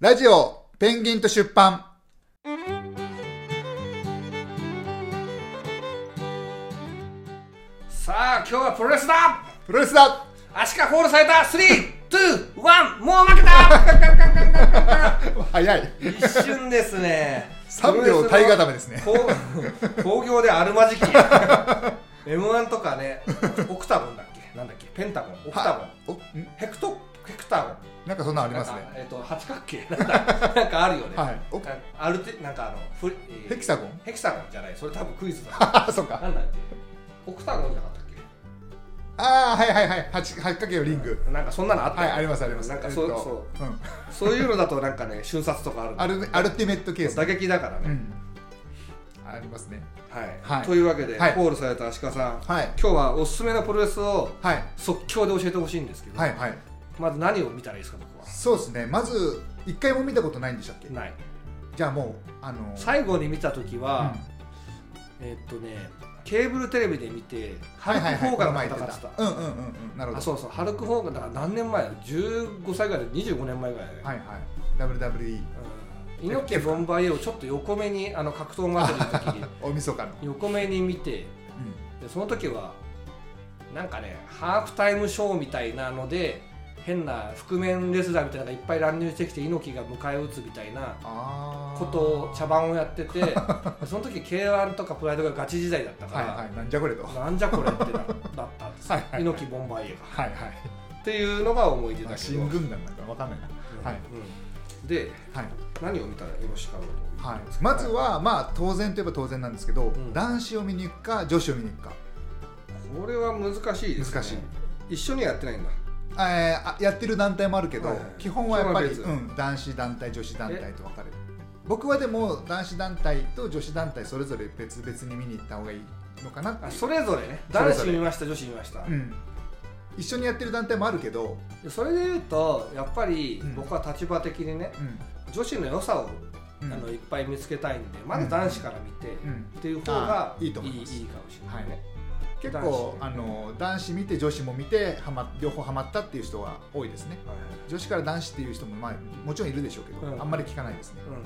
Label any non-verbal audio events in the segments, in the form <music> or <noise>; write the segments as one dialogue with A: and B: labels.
A: ラジオ、ペンギンと出版。
B: さあ今日はプロレスだ
A: プロレスだ
B: 足がホールされた321もう負けた
A: 早い。
B: 一瞬ですね
A: 3秒耐え固めですね
B: プロレスの興興行であるまじき m 1とかねオクタゴンだっけなんだっけペンタゴンオクタゴン
A: おん
B: ヘクトヘクタゴン
A: なんかそんなのあり
B: な
A: ま
B: ん
A: す
B: か、
A: ね。
B: えっ、と八角形なんかなんかあるよね
A: はいオク
B: なんかあるてなんかあのフリえー
A: ヘキサゴン
B: ヘキサゴンじゃないそれ多分クイズだ
A: あ、 <laughs> そっか。
B: なんだっけオクタゴンじゃなかったっけ
A: ああ、はいはいはい。八八掛けよリング。
B: なんかそんなのあった
A: は
B: よ
A: い、ありますあります。
B: なんかそ
A: えっ
B: う、
A: と。
B: そう
A: ん。
B: そういうのだとなんかね瞬殺とかあるんで
A: アルアルティメットケース。
B: 打撃だからね、
A: うん。ありますね。
B: はい、
A: はい
B: というわけで、
A: はい
B: コールされた足利さん、
A: はい。
B: 今日はおすすめのプロレスを
A: はい。
B: 即興で教えてほしいんですけど、
A: はいはい。
B: まず何を見たらいいですか僕は
A: そうですね。まず、一回も見たことないんでしたっけ
B: ない
A: じゃあもう、あのー、
B: 最後に見た時
A: う
B: は、
A: ん
B: えーっとねケーブルテレビで見てハ
A: はい
B: ル
A: はいは
B: ク・
A: い。
B: ホーガンが
A: こ
B: 戦
A: の
B: っ
A: 前言
B: てた、
A: うんうんうんうん。なる
B: あ
A: ほど。
B: そうそうハルク・ホーガンだから何年前15歳ぐらいで25年前ぐらいだよね、
A: はいはい。WWE。
B: うん猪木ボンバイエをちょっと横目にあの格闘祭りの時
A: <laughs>
B: に
A: 大晦日の。
B: 横目に見て
A: うん。
B: でその時はなんかねハーフタイムショーみたいなので変な覆面レスラーみたいなのがいっぱい乱入してきて猪木が迎え撃つみたいな
A: あー
B: ことを茶番をやっ
A: <laughs>
B: ててでその時 k 1とかプライドがガチ時代だったか
A: は
B: ら、
A: いはい。なんじゃこれと。はい
B: なんじゃこれってなだったんですよ
A: はいはい
B: 猪木ボンバイエが。
A: はい。
B: っていうのが思い出だ
A: ま
B: け
A: あ
B: ど、
A: 新軍団なんかわかんないな。はい
B: うんで
A: はい。
B: 何を見たらよろしかろうと
A: はい、まずは、まあ、当然といえば当然なんですけど、
B: ん
A: 男子を見に行くか女子を見に行くか、
B: これは難しいですね
A: 難しい
B: 一緒にはやってないんだ
A: えーあやってる団体もあるけど、
B: はいはい
A: 基本はやっぱり、
B: 基本
A: う
B: は
A: ん、男子団体女子団体と分かれる僕はでも男子団体と女子団体それぞれ別々に見に行った方がいいのかなって
B: あそれぞれね
A: それ
B: 男
A: ぞ
B: 子
A: れ
B: 見ました女子見ました、
A: うん、一緒にやってる団体もあるけど、
B: でそれで言うとやっぱり
A: うん
B: 僕は立場的にね、
A: うん
B: 女子の良さを、
A: うん
B: あのいっぱい見つけたいんでまず男子から見て、
A: うん
B: っていう方が
A: あーいいと思います
B: いいかもしれないね、
A: 結構
B: 男子
A: あの男子見て女子も見てはま両方ハマったっていう人が多いですね
B: はい
A: 女子から男子っていう人も、まあ、もちろんいるでしょうけど、
B: うん
A: あんまり聞かないですね、
B: う
A: うん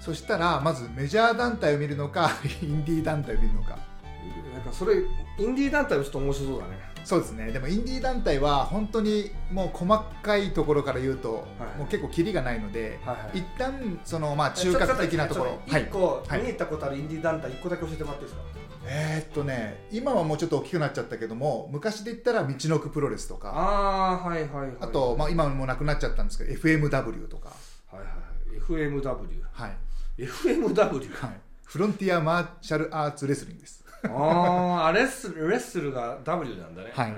A: そしたらまずメジャー団体を見るのか <laughs> インディー団体を見るのか
B: ん、なんかそれインディー団体もちょっと面白そうだね
A: そうですねでもインディー団体は本当にもう細かいところから言うと、
B: はい
A: もう結構キリがないので、
B: はいはい
A: 一旦そのまあ中核的なところは
B: 1
A: い
B: 個、
A: はい
B: 見に行ったことあるインディー団体1個だけ教えてもらっていいですか
A: えーっとね今はもうちょっと大きくなっちゃったけども昔で言ったら道のくプロレスとか
B: ああーはいはいはい
A: あと、まあ、今もうなくなっちゃったんですけど FMW とか、
B: はいはいはい FMW
A: はい <laughs>
B: FMW
A: はい、フロンティアマーシャルアーツレスリングです
B: ああレッスルレッスルが W なんだね
A: はい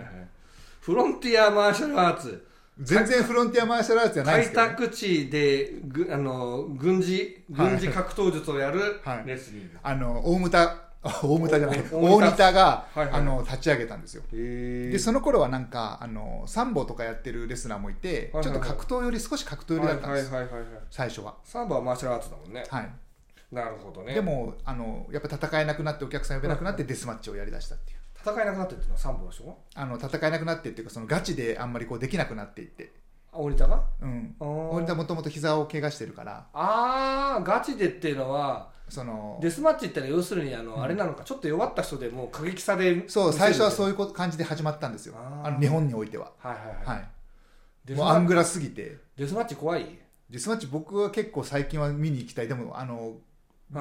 B: フロンティアマーシャルアーツ
A: 全然フロンティアマーシャルアーツじゃないで
B: 開
A: すけど、ね、
B: 拓地でぐあの軍事
A: はい
B: 軍事格闘術をやる
A: はい
B: レスリング、
A: あの大牟田 <laughs> 大牟田じゃない
B: 大
A: 大
B: 牟田
A: 仁田が、
B: はいはい
A: あの立ち上げたんですよ
B: へ
A: でその頃はなんかあのサンボとかやってるレスラーもいて、
B: はいはいはい
A: ちょっと格闘より少し格闘より
B: は
A: だ
B: い
A: ったん
B: は
A: で
B: い
A: す、
B: はいはい
A: 最初は、
B: サンバはマーシャルアーツだもんね
A: はい、
B: なるほどね
A: でもあのやっぱ戦えなくなってお客さん呼べなくなってデスマッチをやりだしたっていう
B: 戦えなくなってっていうのはサンバの人が
A: あの戦えなくなってっていうかそのガチであんまりこうできなくなっていって
B: あオリタが
A: うん
B: あー
A: 大仁田もともと膝を怪我してるから
B: あーガチでっていうのは
A: その
B: デスマッチってのは要するにあの、あれなのかちょっと弱った人でもう過激さで
A: そう最初は
B: う
A: そういうこと感じで始まったんですよ
B: あー
A: あの日本においては、
B: はいはいは
A: は
B: い、
A: い、
B: デス
A: もう
B: マ
A: アン
B: ッチ
A: グラすぎて
B: デスマッチ怖い
A: デスマッチ僕は結構最近は見に行きたいでもあの、
B: うん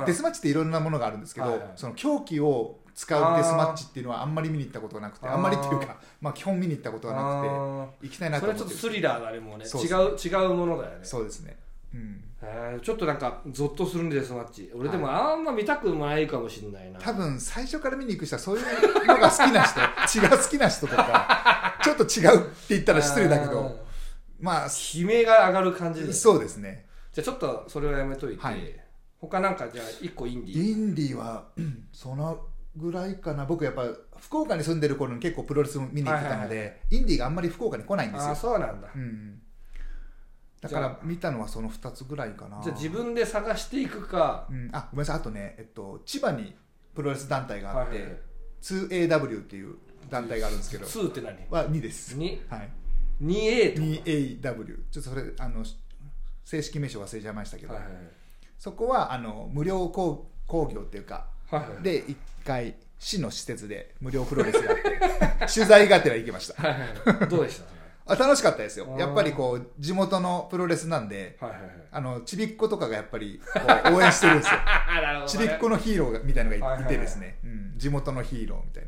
A: デスマッチっていろんなものがあるんですけど、
B: はいはい
A: その狂気を使うデスマッチっていうのはあんまり見に行ったことがなくて
B: あー
A: あんまりっていうか、まあ、基本見に行ったことがな
B: あー
A: くて行きたいな
B: そ
A: と
B: れ
A: 思
B: は
A: っ
B: ち
A: て
B: ょっと
A: る
B: スリラーだねもうね
A: そう
B: 違う違うものだよね
A: そうですね、うん、
B: えーちょっとなんかゾッとするんですマッチ俺でもあんま見たくもないかもしれないな、
A: 多分最初から見に行く人はそういうのが好きな
B: <laughs>
A: 人血が好きな人とかちょっと違うって言ったら失礼だけ
B: あー
A: どまあ
B: 悲鳴が上がる感じで
A: そうですね
B: じゃあちょっとそれはやめといて、
A: はい
B: 他なんかじゃあ一個インディー
A: インディーはうんそのぐらいかな僕やっぱ福岡に住んでる頃に結構プロレス見に行ってたので、
B: はいはいは
A: インディーがあんまり福岡に来ないんです
B: あ
A: よ
B: あそうなんだ、
A: うん、だ
B: じ
A: か
B: ゃあ
A: ら見たのはその2つぐらいかな
B: じゃあ自分で探していくか
A: うん、あごめんなさいあとね、えっと、千葉にプロレス団体があって、
B: はいはいはい
A: 2AW っていう団体があるんですけど
B: 2って何
A: は2です、
B: に
A: はい、
B: 2A と
A: 2AW ちょっとそれあの正式名称忘れちゃいましたけど、
B: はいはい
A: そこはあの無料工工業っていうか
B: はいはい
A: で1回市の施設で無料プロレスがあって取材がてら行きました
B: はいはい <laughs> はいどうでしたそ
A: あ楽しかったですよ
B: あー
A: やっぱりこう地元のプロレスなんで
B: れはいはいはい
A: あのちびっことかがやっぱりこう応援してるんです
B: <laughs>
A: よ
B: あなるほ
A: ち
B: ど、
A: び
B: ね
A: っ、このヒーローがみたいの
B: はい
A: が
B: はい
A: い
B: はい
A: いてですね、うん、地元のヒーローみたい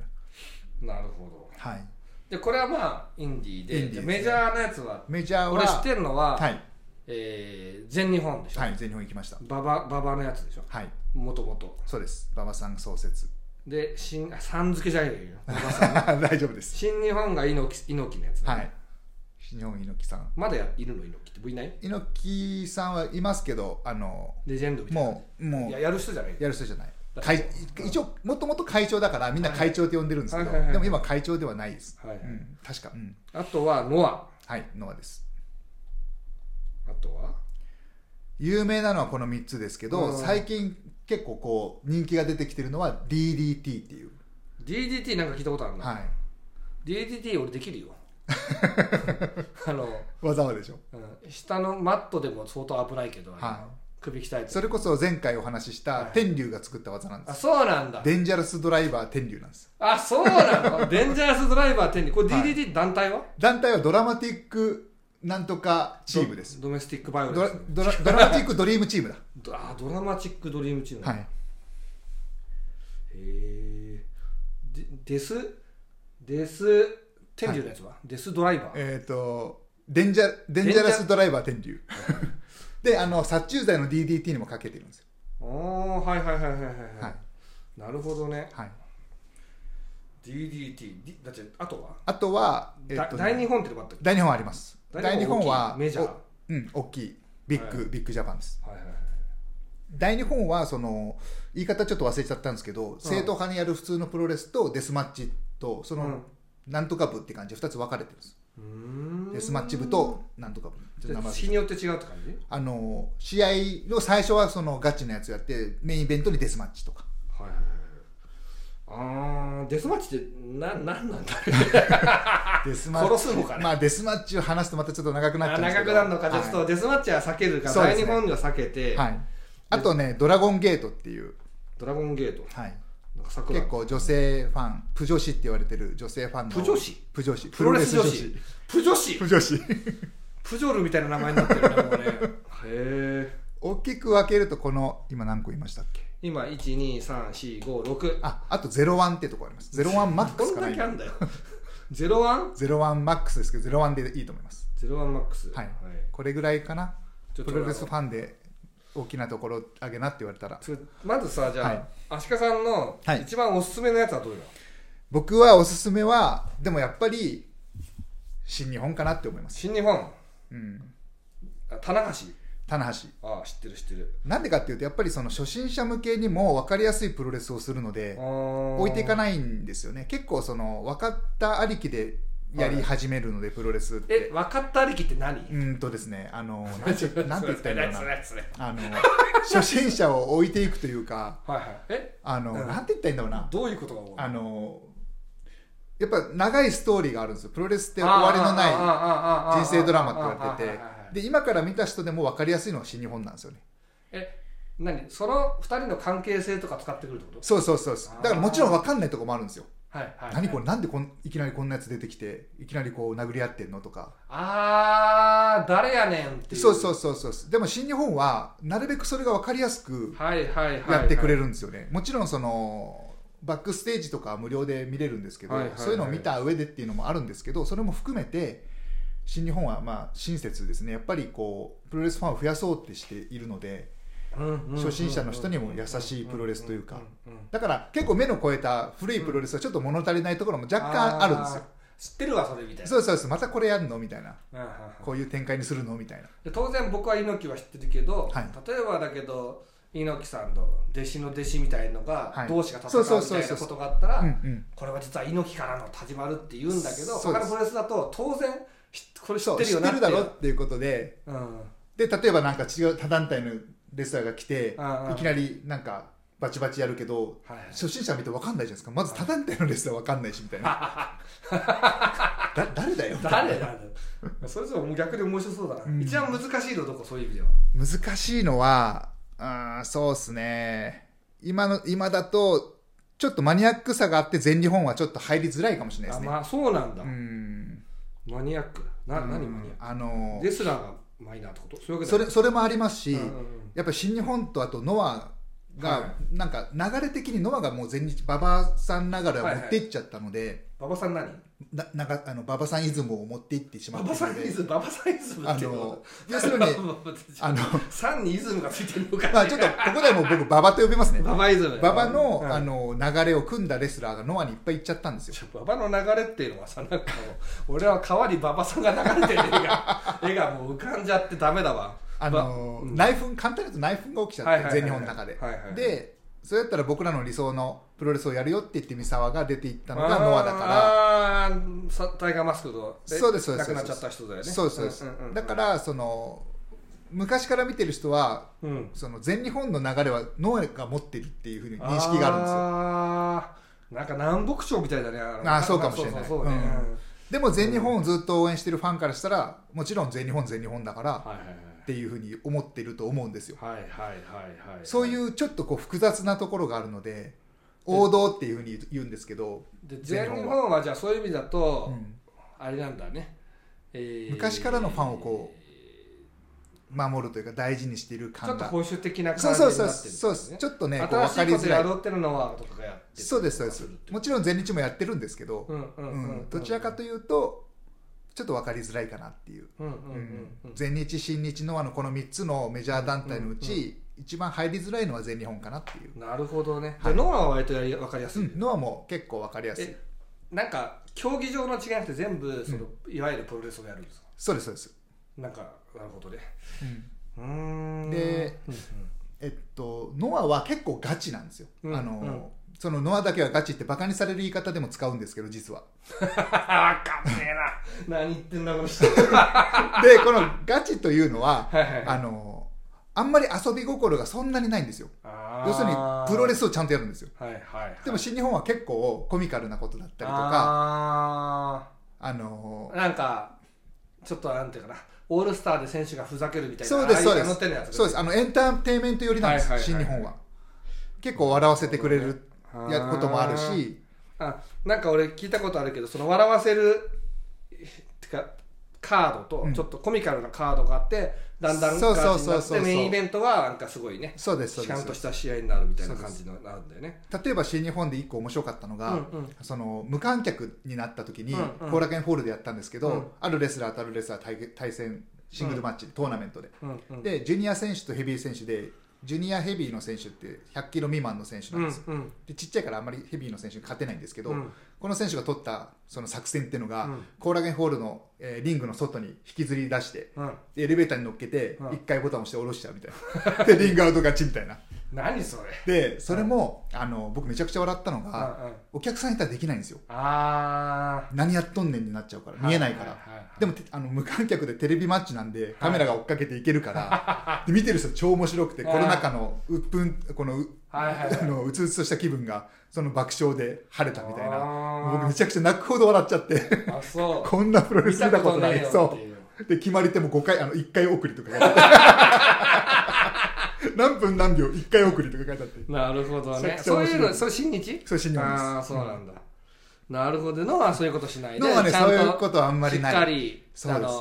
A: な
B: なるほど
A: はい
B: でこれはまあインディーで
A: インディーですね
B: メジャーなやつは
A: メジャーは
B: 俺知ってるのは、
A: はい、
B: えー全日本でしょ、
A: はい、全日本行きました
B: ババババのやつでしょ
A: はい
B: もともと
A: そうです馬場さん創設
B: で新あさん付けじゃないよ <laughs> ババさん
A: <laughs> 大丈夫です
B: 新日本が猪木猪木のやつ、ね
A: はい新日本猪木さん
B: まだやいるの猪木っていない
A: 猪木さんはいますけどあの
B: レジェンドみたいな
A: もうも
B: いうややる人じゃない
A: やる人じゃない
B: だ
A: 会一応もともと会長だからみんな会長って呼んでるんですけど、
B: はいはいはい
A: でも今会長ではないです、
B: はいはい
A: うん、確か、うん、
B: あとはノア
A: はいノアです
B: あとは
A: 有名なのはこの3つですけ
B: う
A: ど
B: ん
A: 最近結構こう人気が出てきてるのは DDT っていう、
B: DDT なんか聞いたことあるな、
A: はい、
B: DDT 俺でき
A: <laughs>
B: るよあの、
A: 技はでしょ
B: うん下のマットでも相当危ないけど、あの
A: は
B: 首鍛えて
A: それこそ前回お話しした
B: はい
A: 天竜が作った技なんで
B: あ
A: す、
B: そうなんだ
A: デンジャラスドライバー天竜なんです
B: あそうな
A: <laughs>
B: のデンジャラスドライバー天理これ
A: はい
B: DDT 団体は、
A: 団体はドラマティックなんとかチームです
B: ドドメスティックバイオレ
A: ド
B: ン
A: ラ
B: ス
A: ドラドラマティックドリームチームだ、
B: ドあドラマチックドリームチーム、
A: は
B: へ
A: い、
B: えでデスデス天理のやつは、デスドライバー
A: えっ、とデンジャデンジャラスドライバー天竜であの殺虫剤の DDT にもかけてるんですよ、
B: おーはいはいはいはいはい、
A: は
B: はいい、なるほどね
A: はい、
B: DDT ディだってあとは、
A: あとは、えー
B: だ
A: と
B: 大日本ってのもあったっ
A: 大日本あります
B: け
A: 大日本は
B: 大日本大きいメジャー、
A: おうん、大きいビッグ、
B: はい
A: ビッグジャパンです
B: はいはいはい
A: 大日本はその言い方ちょっと忘れちゃったんですけど、正統派にやる普通のプロレスとデスマッチとその、
B: うん
A: なんとか部って感じで2つ分かれてるんです
B: うーん
A: デスマッチ部となんとか部
B: じゃあ
A: 名前
B: 日によって違うって感じ
A: あの試合の最初はそのガチのやつやってメインイベントにデスマッチとか
B: はいはいはいあーデスマッチってななんなんだ
A: デスマッチ
B: 殺すのかな、
A: まあデスマッチを話すとまたちょっと長くなっ
B: あ、
A: ちゃうんです
B: 長
A: け
B: く
A: ど
B: なるのか、じゃあちょっ
A: は
B: とデスマッチは避けるから、
A: そうで
B: 大
A: す
B: 日
A: ね
B: 本では避けて、
A: い、はいあとねドラゴンゲートっていう、
B: ドラゴンゲート
A: はい、
B: なんか桜
A: 結構女性ファンプ女子って言われてる女性ファンの
B: プ女子
A: プ女子
B: プロレス女子プ女子
A: プ女子
B: プジョルみたいな名前になってるねもうねへえ
A: 大きく分けるとこの今何個言いましたっけ
B: 今12345
A: ああと01ってとこあります01マック
B: ど
A: ス
B: ん
A: か
B: だけあ
A: なん
B: だよ 01?01
A: 01マックスですけど01でいいと思います
B: マックス
A: はいこれぐらいかな
B: ちょっ
A: プ
B: と
A: ロレスファンで大きなところあげなって言われたら
B: つまずさじゃあ、
A: はい
B: アシカさんの
A: はい
B: 一番おすすめのやつはどういうの、
A: 僕はおすすめはでもやっぱり新日本かなって思います、
B: 新日本
A: うん、
B: あ棚橋
A: 棚橋
B: ああ知ってる知ってる
A: なんでかっていうとやっぱりその初心者向けにも分かりやすいプロレスをするので置
B: 置
A: いていか
B: い
A: ないんですよね結構その分かったありきでやり始めるので、プロレスって
B: え分かったありきって何
A: うーんとですねあ
B: <laughs>
A: のなんてなんて言ったらいいんだ
B: そ
A: ろう
B: れそれそれ
A: なあの初心者を置いていくというか
B: はいはいえ
A: あの、
B: うん
A: なんて言ったらいいんだろうな
B: どういうことが多い
A: あのやっぱ長いストーリーがあるんですよプロレスって終わりのない人
B: い
A: 生ドラマって言われててで今から見た人でも分かりやすいのは新日本なんですよね
B: え何その2人の関係性とか使ってくるってこと
A: そうそうそうそうだからもちろん分かんないとこもあるんですよ
B: はいはい、
A: 何これ
B: れ
A: なんでこんいきなりこんなやつ出てきていきなりこう殴り合ってんのとか
B: あー誰やねんっていう
A: そうそうそうそうでも新日本はなるべくそれが分かりやすく
B: はいはいはい、はい、
A: やってくれるんですよね、もちろんそのバックステージとかは無料で見れるんですけど、
B: はいはいはい
A: そういうのを見た上でっていうのもあるんですけどそれも含めて新日本はまあ親切ですねやっぱりこうプロレスファンを増やそうってしているので
B: うんうんうんうん、
A: 初心者の人にも優しいプロレスというか
B: んうんうん
A: だから結構目の超えた古いプロレスはちょっと物足りないところも若干あるんですよ
B: ー知ってるわそれみたいな
A: そうそうそうまたこれやるのみたいな
B: うんうんうん
A: こういう展開にするのみたいな
B: で当然僕は猪木は知ってるけど、
A: はい
B: 例えばだけど猪木さんの弟子の弟子みたいのが、
A: はい
B: 同士が戦
A: そうそうう
B: み
A: そうそう
B: たいなことがあったら、
A: うんうん
B: これは実は猪木からの始まるって言うんだけど
A: そう
B: 他
A: です
B: のプロレスだと当然知これ知
A: そ
B: っ
A: う
B: て
A: 知
B: る
A: っ
B: よ
A: て
B: なって
A: るだろっていうことで
B: うん、
A: で例えばなんか違う他団体のレスラーが来て
B: うんうん
A: いきなりなんかバチバチやるけど
B: はいはい
A: 初心者見て分かんないじゃないですかまず叩いてるレスラー分かんないしみたいな
B: <laughs>
A: だ誰だよみたいな
B: 誰なんだよ <laughs> それぞれも逆に面白そうだな、
A: うん
B: 一番難しいのどこそういう意味では
A: 難しいのはうーんそうっすね今の今だとちょっとマニアックさがあって全日本はちょっと入りづらいかもしれないで
B: あ
A: すね、
B: まあそうなんだ、
A: うん
B: マニアックな何
A: うん
B: マニアッ
A: あの
B: クレスラーがマイナーってことそういうわけ
A: それそれもありますし、
B: うんうんうん
A: やっぱ新日本とあとノアが、
B: は
A: なんか流れ的にノアがもう全日馬場さん流れを持っていっちゃったので、
B: 馬場さん何
A: ななんかあの馬場さんイズムを持っていってしま
B: 馬
A: って
B: 場
A: る
B: さ
A: の
B: んイ
A: で
B: ズム馬場さんイズムってい
A: あ
B: うの
A: の要
B: <laughs>
A: するにあの、
B: 3にイズムがついてるのか <laughs>
A: まあ、ちょっとここではもう僕馬場と呼びますね
B: 馬場イズム
A: 馬場の,、
B: うん
A: あの流れを組んだレスラーがノアにいっぱい行っちゃったんですよ
B: ちょ馬場の流れっていうのはさなんかもう俺は川に馬場さんが流れてる絵が絵がもう浮かんじゃってダメだわ
A: あの、
B: ばうん
A: 内紛簡単に言うと内紛が起きちゃ
B: は
A: って、
B: いはいはいはい
A: 全日本の中で、
B: はいはいはい
A: でそれだったら僕らの理想のプロレスをやるよって言って三沢が出ていったのが
B: あー
A: ノアだから
B: あーさタイガーマスクとえ
A: そうですそうです
B: 亡くなっちゃった人だよね
A: そうですそうです、
B: んんん
A: だからその昔から見てる人は
B: うん
A: その全日本の流れはノアが持ってるっていうふうに認識があるんですよ
B: あーなんか南北朝みたいだねあの
A: あーそうかもしれない
B: そうそうそうね、
A: うん
B: うん
A: でも全日本をずっと応援してるファンからしたらもちろん全日本全日本だから
B: はいはい
A: っていうふうに思ってると思うんですよ
B: はいはいはいはいはい
A: そういうちょっとこう複雑なところがあるので王道っていうふうに言うんですけど、
B: で
A: 全日
B: 全
A: 本は
B: 日本はじゃあそういう意味だ
A: う
B: と、
A: ん、
B: あれなんだね、えー
A: 昔からのファンをこ守るというか大事にしている
B: ちょ
A: 感
B: っと
A: が
B: 保守的な
A: そ
B: 感
A: う
B: じ
A: そ
B: にな
A: う
B: ってる
A: そうそ
B: んですね
A: うですちょっとねこう
B: 新
A: 分
B: し
A: かり
B: いこと
A: づ
B: や
A: らい
B: ろうっていうのはとかがやって
A: そうですそうですもちろん全日もやってるんですけど、
B: ろん、う
A: うん
B: うんうん、
A: ん、どちらかというとちょっと分かりづらいかなっていう
B: うんうん
A: う
B: うんんうん
A: 全日新日ノアのこの3つのメジャー団体のう
B: うんう
A: ち一番入りづらいのは全日本かなっていう、
B: なるほどね、
A: はい
B: でノアは割とやり分かりやす
A: う
B: い、
A: ん、ノアも結構分かりやすい
B: えなんか競技場の違いなくて全部その、いわゆるプロレスをやるんですか
A: そうですそうです、
B: なんかなるほどね
A: うん
B: うーん
A: で
B: うん <laughs>
A: えっと、ノアは結構ガチなんですよ、
B: うん
A: あのそのノアだけはガチってバカにされる言い方でも使うんです
B: <laughs>
A: けど実は
B: あ分かんね
A: <laughs>
B: えな何言ってんだこの人は
A: でこのガチというのは、
B: いはい
A: あのあんまり遊び心がそんなにないんですよ
B: あー
A: 要するにプロレ
B: ス
A: スをちゃんとやるんですよ
B: はいはい、はい、
A: でも新日本は結構コミカルなことだったりとか
B: あ
A: あの
B: ーなんかちょっとなんていうかなオールスターで選手がふざけるみたいな
A: そうですそうで
B: ああいの手のやつ
A: すそうですあのエンターテインメント寄りなんです、
B: はいはいはい
A: 新日本は結構笑わせてくれる
B: あー
A: やこともあるし
B: あなんか俺聞いたことあるけどその笑わせるてかカード
A: う
B: と
A: ん
B: ちょっとコミカルなカードがあって、だんだん
A: そうそう
B: ガチになっ
A: そうそうそ
B: て
A: う
B: メインイベントはなんかすごいね
A: そうですそう
B: ち
A: で
B: ゃ
A: す
B: んとした試合になるみたいな感じになるんだよね
A: 例えば新日本で一個面白かったのが、
B: うんうん
A: その無観客になった時に
B: うんうん
A: 後楽園ホールでやったんですけど、
B: うん
A: あるレスラーとあるレスラー対対戦シングルマッチ、トーナメントで、
B: うんうん
A: でジュニア選手とヘビー選手でジュニアヘビーの選手って100キロ未満の選手
B: う
A: なん
B: ん
A: ですよ、
B: うん
A: でちっちゃいからあんまりヘビーの選手に勝てないんですけど、
B: うん
A: この選手が取ったその作戦っていうのが
B: うん
A: 後、楽園ホールの、えーリングの外に引きずり出して
B: うん
A: でエレベーターに乗っけて
B: うん
A: 一回ボタン押して下ろしちゃうみたいな <laughs> でリングアウト勝ちみたいな
B: 何それ
A: でそれも、あの僕めちゃくちゃ笑ったの
B: う
A: が、
B: んうん
A: お客さんいたらできないんですよ
B: あ
A: 何やっとんねんになっちゃうから
B: ー
A: 見えないから、
B: はははいはい
A: でもてあの無観客でテレビマッチなんでカメラが追っかけていけるから、で見てる人超面白くて
B: あー
A: コロナ禍のうっぷんこのう,、
B: はいはいはい
A: あのうつうつとした気分がその爆笑で晴れたみたい
B: あ
A: な
B: ー
A: 僕めちゃくちゃ泣くほど笑っちゃって
B: <laughs> あそ
A: <laughs>
B: う
A: こんなプロレ
B: 見
A: ス見
B: た
A: た
B: こ
A: ことと
B: な
A: ないい
B: よっ
A: そ
B: ていう
A: うで決まり手も5回あの1回送りとか書いてあって
B: <laughs>
A: 何分何秒1回送りとか書いてあって
B: なるほどね
A: めちゃくちゃ
B: そう
A: 面白い
B: いうのそれ新日
A: そう新日本です
B: ああそうなんだ、なるほどのはそういうことしないで
A: のはね
B: ちゃん
A: そういうことはあんまりない
B: しっかり
A: そう
B: あ
A: です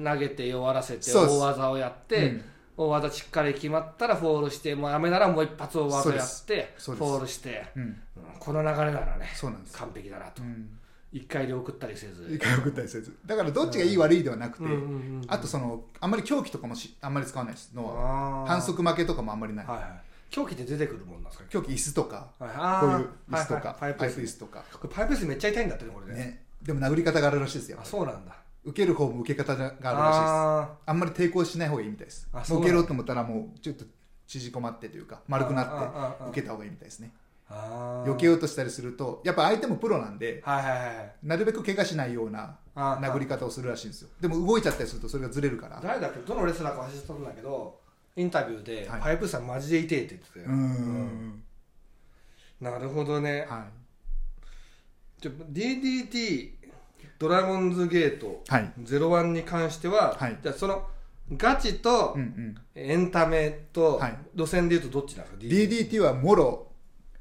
B: の投げて弱らせて
A: そうです
B: 大技をやって、
A: うん
B: 大技しっかり決まったらフォールしてもうダメならもう一発大技やってフ
A: そうですそう
B: ォ
A: です
B: ールして、
A: うん
B: うんこの流れならね
A: そうなんです
B: 完璧だなと
A: うん
B: 一回で送ったりせず
A: 一回送ったりせずだからどっちがいい悪いではなくて、
B: うんうんうんうん
A: あとそのあんまり狂気とかもしあんまり使わないですのは
B: あー
A: 反則負けとかもあんまりない、
B: はいはい狂気って出てくるもんなんですか
A: 狂気椅子とか
B: はい
A: こういう
B: あー
A: 椅子とか、
B: はいはい
A: パ
B: パイ
A: イ
B: プ
A: プ
B: 椅
A: 椅
B: 子
A: 子とか、
B: これパイプ椅子めっちゃ痛いんだってねこれね
A: ね、でも殴り方があるらしいですよ
B: あそうなんだ
A: 受ける方も受け方があるらしいですあ
B: あ
A: んまり抵抗しない方がいいみたいです
B: あ
A: も
B: そう
A: う
B: なん
A: 受け
B: だ
A: ろうと思ったらもうちょっと縮こまってというか丸く
B: ああ
A: な
B: あ
A: っ
B: ああ
A: て受けた方がいいみたいですね
B: ーあー
A: 避けようとしたりするとやっぱ相手もプロなんで
B: はいはいはい
A: なるべく怪我しないような
B: ああ
A: 殴り方をするらしいんですよでも動いちゃったりするとそれがずれるから
B: 誰だっけどのレスラーか忘れちゃったんだけどインタビューで、
A: はい
B: パイプさんマジで痛えって言ってたよ、
A: うんうんう
B: うん
A: ん
B: なるほどね
A: は
B: じゃ DDT ドラゴンズゲート
A: い、はい
B: 01に関しては、
A: はい
B: じゃあそのガチと
A: うんうん、
B: エンタメと
A: はい
B: 路線でいうとどっちなんですか
A: DDT はもろ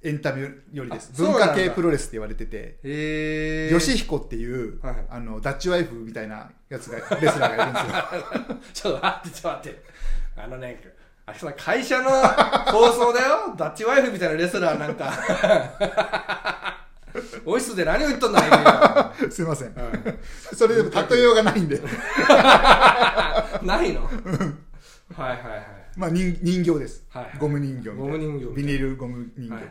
A: エンタメよりです
B: あそう
A: 文
B: なん
A: 化
B: だ
A: 系プロレスって言われてて
B: へえ
A: ヨシヒコっていう、
B: はい
A: あのダッチワイフみたいなやつがレスラーがいるんですよ
B: ちょっと待って、ちょっと待って。あのね、あれさ、会社の放送だよ。ダッチワイフみたいなレスラーな
A: <laughs>
B: んか。オイスで何を言っとんだ、君は
A: すいません
B: う
A: それでも例えようがないんで
B: ん <laughs> ないのはいはいはい。
A: まあ人人形です、
B: はい
A: ゴム人形みたいな
B: ゴム人形みたいな
A: ビニールゴム人形、
B: はい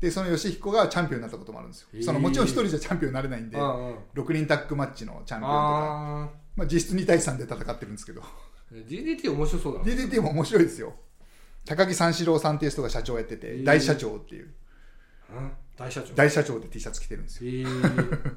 A: でそのヨシヒコがチャンピオンになったこともあるんですよ、
B: へー
A: そのもちろん一人じゃチャンピオンになれないんで、
B: うんうん
A: 6人タッグマッチのチャンピオンとか
B: あ
A: まあ、実質2対3で戦ってるんですけど <laughs>
B: ー DDT 面白そうだな
A: DDT も面白いですよ高木三四郎さんっていう人が社長やって
B: へ
A: て
B: ー
A: 大社長っていう
B: うん大社長。
A: 大社長で T シャツ着てるんですよ
B: えー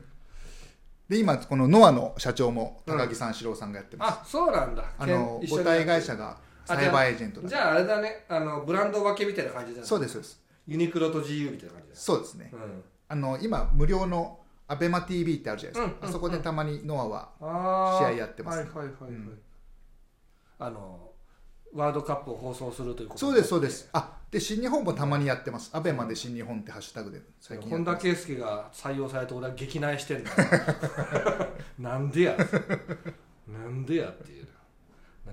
A: で今このノアの社長も高木三四郎さんがやってます、
B: <laughs> あ、そうなんだ。
A: あの
B: けん一緒
A: 母
B: にやっ
A: 体
B: て
A: 会社がサイバーエージェントだ
B: じゃああれだね、あの、ブランド分けみたいな感じだね
A: そうですそうです
B: ユニクロと GU みたいな感じだ
A: そうですね
B: ねうん。
A: あの今無料のアベマ t v ってあるじゃないですか、
B: うんうん
A: あそこでたまにノアは
B: あー
A: 試合やってます
B: はいはいはいは
A: う
B: い、
A: ん
B: あのワールドカップを放送するということ
A: そうですそうですあで新日本もたまにやってますアベマで新日本ってハッシュタグで最近やっ
B: 本
A: てま
B: 田
A: す
B: 圭佑が採用されて俺は激内して
A: <laughs>
B: んだなんでやなんでやっていう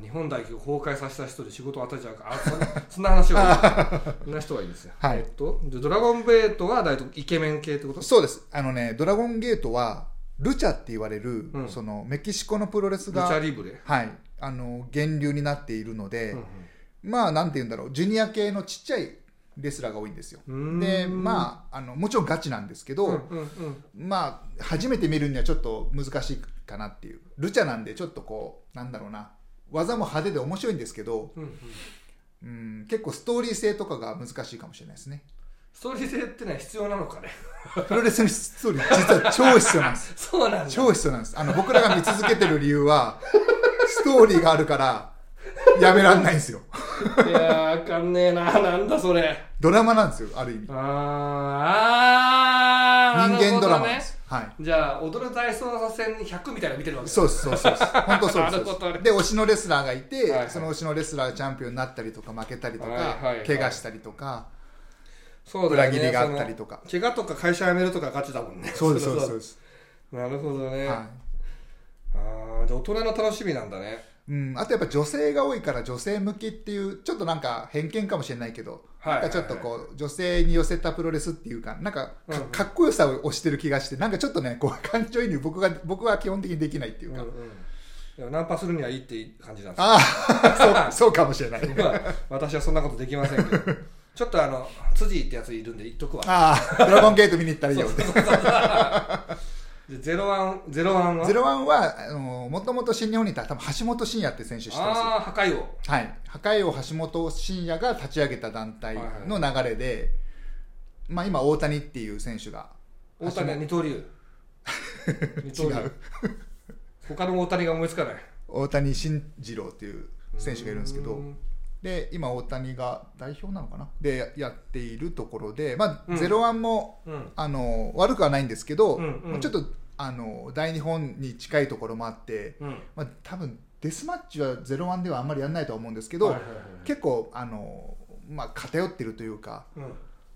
B: 日本代表を崩壊させた人で仕事を与えちゃうからあそんそん
A: <laughs>
B: な話はいいそんな人はいいんですよ
A: はい
B: えっとでドラゴンベートは大体イケメン系ってこと
A: そうですあのねドラゴンゲートはルチャって言われる、
B: うん
A: そのメキシコのプロレス
B: ルチャ
A: が、
B: リブレ、
A: はい、あの源流になっているので、
B: うんうん
A: まあなんて言うんだろうジュニア系のちっちゃいレスラーが多いんですよ
B: うーん
A: でまああのもちろんガチなんですけど、
B: うんうんうん
A: まあ初めて見るにはちょっと難しいかなっていうルチャなんでちょっとこうなんだろうな技も派手で面白いんですけど、
B: うんうん
A: うん、結構ストーリー性とかが難しいかもしれないです
B: <laughs>
A: ね
B: ストーリー性ってのは必要なの
A: <laughs>
B: かね
A: プロレスのストーリー実は超必要なんです
B: そうなんだ
A: 超必要なんですあの僕らが見続けてる理由は <laughs> ストーリーがあるからやめらんないんですよ
B: いやー、あかんねえな、なんだそれ。
A: ドラマなんですよある意味
B: あー、あー、
A: 人間ドラマで
B: なるほどね
A: す、はい
B: じゃあ、踊る大捜査線100みたいなの見てるわけ
A: そうですそうですそう
B: <laughs>
A: です本当そうです
B: なる
A: そ
B: ほど
A: う
B: ね
A: ですで推しのレスラーがいて、
B: はいはい
A: その推しのレスラーがチャンピオンになったりとか負けたりとか、
B: はいはいはい
A: 怪我したりとか
B: そうだ
A: 裏
B: よね
A: 切りがあったりとか
B: その怪我とか会社辞めるとかガチだもんね。
A: そうですそう
B: <laughs>
A: ですそう
B: う
A: です、
B: なるほどね。
A: は
B: あー、じゃあ大人の楽しみなんだね。
A: いうん、あとやっぱ女性が多いから女性向きっていうちょっとなんか偏見かもしれないけど、
B: はい
A: なんかちょっとこう女性に寄せたプロレスっていうかなんか
B: うん
A: か
B: うん
A: かっこよさを推してる気がしてなんかちょっとねこう <laughs> 感情移入僕が僕は基本的にできないっていう
B: うん
A: か、
B: うん。いやナンパするにはいいっていう感じなんです
A: ああそう <laughs> そうかもしれない
B: 僕は私はそんなことできませんけ
A: <laughs>
B: ど。ちょっとあの、辻ってやついるんで言っとくわ。
A: ああドラゴンゲート見に行ったらいいよって
B: <laughs> でゼロワン、ゼロワンは
A: ゼロワンはあのもともと新日本にいた多分橋本真也って選手知ってます
B: あー、破壊王。
A: はい、破壊王橋本真也が立ち上げた団体の流れで、まあ、今大谷っていう選手が
B: 大谷は二
A: <laughs>
B: 刀流二
A: 違
B: 刀流
A: う
B: 他の大谷が思いつかない
A: 大谷慎次郎っていう選手がいるんですけ
B: う
A: ど
B: ん
A: で今大谷が代表なのかなでややっているところで、ま
B: う
A: あ、
B: ん
A: ゼロワンも、
B: うん
A: あの悪くはないんですけど、
B: うんうん
A: もうちょっとあの大日本に近いところもあって、
B: うん
A: まあ、多分デスマッチはゼロワンではあんまりやらないとは思うんですけど、
B: はいはいはい
A: 結構あの、まあ、偏ってるというか。
B: うん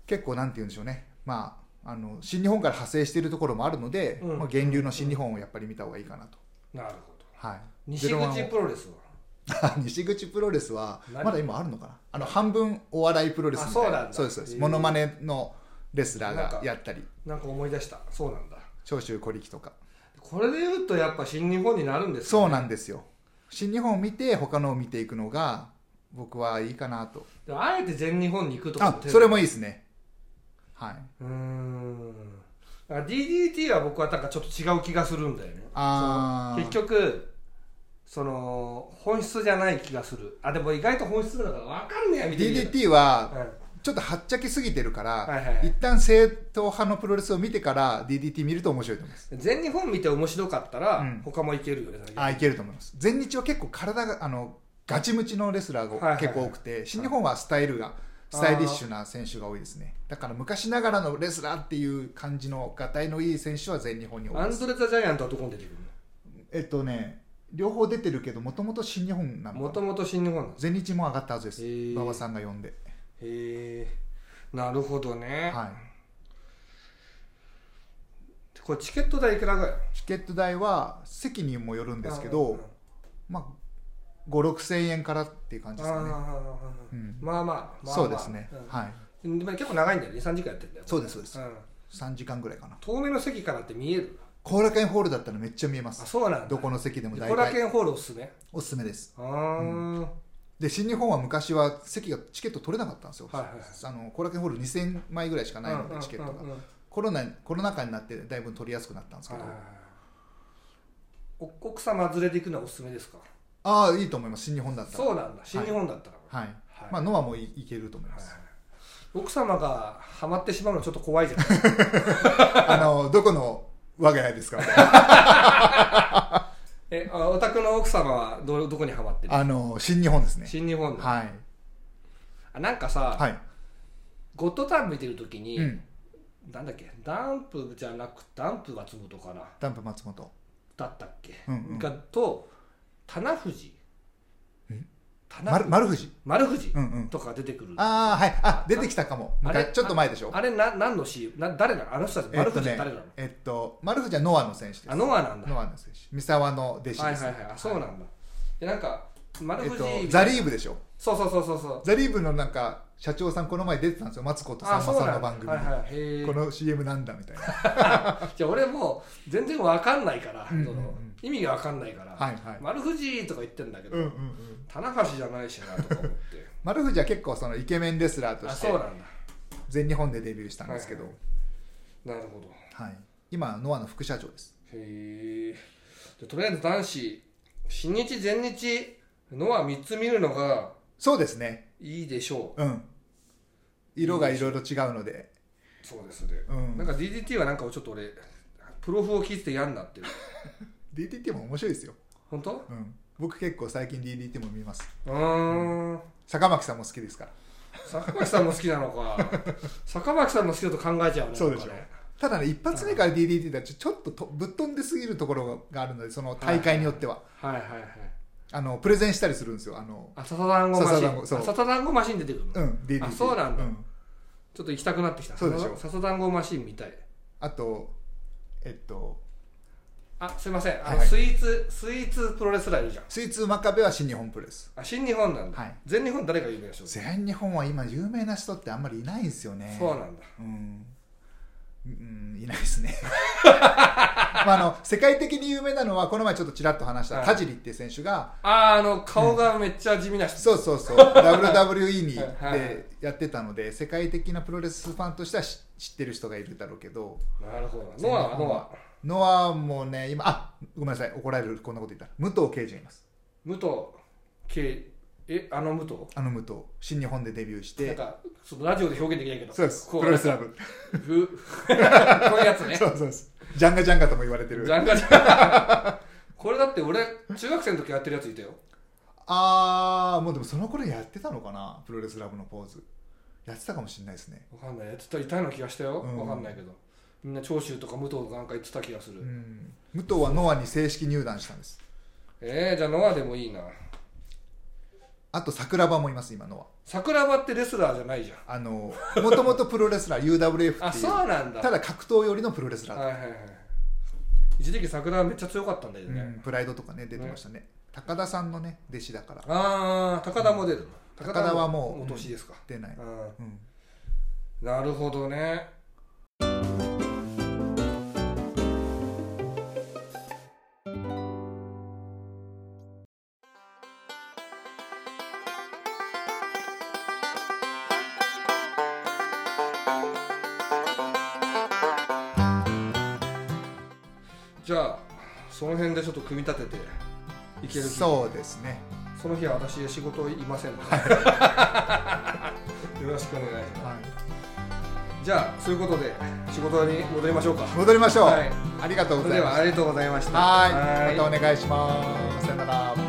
A: 結構なんて言うんでしょうね、まあ、あの新日本から派生しているところもあるので、
B: うん
A: まあ、源流の新日本をやっぱり見た方がいいかなと、
B: なるほど
A: はい、
B: 西口プロレスは
A: 01 <laughs> 西口プロレスは
B: 何
A: まだ今あるのかなあの半分お笑いプロレスみたい
B: あそ
A: な
B: うなんだ
A: そうですそうで
B: へ
A: す
B: え
A: モノマネのレスラー
B: なん
A: が
B: か
A: やったり
B: なんか思い出したそうなんだ
A: 長州小力とか
B: これで言うとやっぱ新日本になるんです
A: そうなんんですよ新日本を見て他のを見ていくのが僕はいいかなと
B: あえて全日本に行くとか
A: あそれ
B: も
A: もいいですねはいう
B: ーんだから DDT は僕はなんかちょっと違う気がするんだよね
A: あー
B: 結局その本質じゃない気がするあでも意外と本質なのか分かんねえやみたいな
A: DDT は
B: うん
A: ちょっとはっちゃけすぎてるから、
B: はいはいはい
A: 一旦正統派のプロレスを見てから DDT 見ると面白いと思います。
B: 全日本見て面白かったら、
A: うん
B: 他もいけるよね
A: あいけると思います。全日は結構体があのガチムチのレスラー
B: はいはいは
A: が
B: い
A: 結構多くて、新日本はスタイルがスタイリッシュな選手が多いですねだから昔ながらのレスラーっていう感じのがたいのいい選手は全日本に多い
B: ア
A: で
B: ン
A: す
B: ドレ・ザ・ジャイアントはどこに出てくる
A: えっとね両方出てるけどもともと新日本な
B: の
A: の
B: も
A: かな
B: ともと新日本なんです
A: 全日も上がったはずです
B: へー
A: 馬場さんが呼んで
B: へえなるほどね、
A: は
B: これチケット代いくらぐらい
A: チケット代は席にもよるんですけどまあ5 6千円からっていう
B: あ
A: 感
B: ー
A: じ
B: あ
A: ですかね
B: ー
A: うん
B: まあまあまあまあ
A: そうですね、
B: ん
A: はい
B: でも結構長いんだよね23時間やってんだよ
A: そうですそうです
B: ん
A: 3時間ぐらいかな
B: 遠目の席からって見える
A: 後楽園ホールだったらめっちゃ見えま
B: あ
A: す
B: そうなんだ
A: どこの席でも大
B: 後楽
A: 体
B: 園ホールおすすめ
A: おすすめです
B: ああ、
A: で新日本は昔は席がチケット取れなかったんですよ、
B: はいはいはい
A: あの後楽園ホール2000枚ぐらいしかないのでチケットが
B: うんうんうん
A: コロナコロナ禍になってだいぶ取りやすくなったんですけど
B: お奥様連れて行くのはおすすめですか
A: ああいいと思います新日本だったら
B: そうなんだ新日本だったら、
A: はい、
B: はい
A: まあノアもいいけると思い
B: は
A: ま
B: い
A: す、
B: 奥様がハマってしまうのちょっと怖いじゃん
A: あのどこの我が家ですか
B: えあお宅の奥様はどどこにハマってる
A: <laughs> あの新日本ですね
B: 新日本の、
A: はい
B: あなんかさ、
A: はい、
B: ゴッドタン見てる時に、
A: うん、
B: なんだっけダンプじゃなくダンプがつぶとかな
A: ダンプ松本
B: だったっけ、
A: うんうん
B: がと棚藤棚
A: 丸
B: 藤
A: 丸藤
B: 丸藤
A: うんうん
B: とか出てくる、
A: ああはいあ出てきたかも
B: あれ
A: 昔ちょっと前でしょ
B: あれな何の CM な誰なのあの人たち
A: え
B: 丸
A: っと
B: 藤
A: ね
B: 誰なの、
A: えっと丸藤はノアの選手です
B: あノアなんだ
A: ノアの選手三沢の弟子です、
B: はいはいはいあそうなんだ、でなんか丸
A: え
B: 藤、
A: っと、ザリーブでしょ
B: そうそうそうそうそう
A: ザリーブのなんか社長さんこの前出てたんですよマツコとさんま
B: そう
A: さん
B: な
A: の
B: んだ
A: 番組に、
B: はいはいへえ
A: この CM なんだみたいな
B: じゃあ俺もう全然わかんないから、
A: うんうんうん
B: その意味がわかんないから、
A: はいはい
B: 丸藤とか言ってんだけど、
A: うんうんうん
B: 棚橋じゃないしなとか思って
A: <laughs> 丸藤は結構そのイケメンレスラーと
B: あ
A: し
B: そう
A: て
B: なんだ
A: 全日本でデビューしたんですけど、
B: は
A: はい
B: いなるほど
A: 今ノアの副社長です
B: へえとりあえず男子新日全日のは3つ見るのが
A: そうですね
B: いいでしょ
A: うん色がいろいろ違うので、
B: うそうですね、
A: うん
B: なんか DDT はなんかちょっと俺プロフを聞いてて嫌になってる
A: DDT も面白いですよ、
B: 本当
A: うん、僕結構最近 DDT も見ます
B: うーん
A: 坂巻さんも好きですから
B: 坂巻さんも好きな
A: <laughs>
B: のか坂巻さんも好きだと考えちゃうね
A: そうでしょ
B: なんかね
A: ただね一発目から DDT だとちょっととぶっ飛んですぎるところがあるのでその大会によっては、
B: はいはいはい
A: あのプレゼンしたりするんですよあの
B: あささだんごマシ
A: 笹
B: ン
A: 団子そう
B: あささだんごマシン出てくるの、
A: うん DDT
B: あそうなんだ
A: ん
B: ちょっと行きたくなってきた
A: そうでしょ
B: ささだんごマシンみたい
A: あとえっと
B: あすいませんあの、
A: はいはい
B: スイーツスイーツプロレスラーいるじゃん
A: スイーツ真壁は新日本プロレス
B: あ新日本なんだ、
A: はい
B: 全日本誰が有名でしょう
A: 全日本は今有名な人ってあんまりいないんですよね
B: そうなんだ
A: うん、うん、いないです
B: <laughs>
A: ねまああの世界的に有名なのはこの前ちょっとちらっと話した
B: はい
A: 田尻っていう選手が
B: あーあの顔がめっちゃ地味な人、
A: そうそうそう WWE に
B: はいはい
A: でやってたので世界的なプロレスファンとしては知知ってる人がいるだろうけど
B: なるほどノアはノア
A: ノアもね今あごめんなさい怒られるこんなこと言ったら武藤敬司がいます
B: 武藤圭えあの武藤
A: あの武藤新日本でデビューし
B: なん
A: て
B: かそのラジオで表現できないけど
A: そうです
B: こ
A: プ
B: う
A: ロレスラブ
B: ふ <laughs> こういうやつね
A: そうそうですジャンガジャンガとも言われて
B: ジ
A: る
B: ャンガジャン <laughs> これだって俺中学生の時やってるやついたよ
A: あーもうでもその頃やってたのかなプロレスラブのポーズやってたかもしれないですね
B: わかんないやってたいたような気がしたよ、わ
A: うん
B: かんないけどみんな長州とか武藤とかなんか言ってた気がする、
A: うん武藤はノアに正式入団したんです
B: えー、じゃあノアでもいいな
A: あと桜庭もいます今ノ
B: 桜庭ってレスラーじゃないじゃん
A: アあのもともとプロレスラー UWF
B: あ
A: ってい
B: そううなんだ
A: ただ格闘寄りのプロレスラー、
B: はいはいはい一時期桜めっちゃ強かったんだよ
A: う
B: ね、
A: ん、プライドとかね出てましたね高田さんのね弟子だから
B: ああ高田も出るの、
A: 高田はもう
B: お年ですか、
A: 出ない、
B: うん
A: うん、
B: なるほどねじゃあその辺でちょっと組み立てていける気
A: そうですね
B: その日は私仕事いませんので <laughs> よろしくお願いし
A: は
B: ます
A: い
B: じゃあそういうことで仕事に戻りましょうか。
A: 戻りましょう、
B: はい
A: ありがとう
B: そ
A: ご
B: れ
A: ざい
B: で
A: ま
B: は
A: す
B: ありがとうございました。
A: はいまたお願いしますさよなら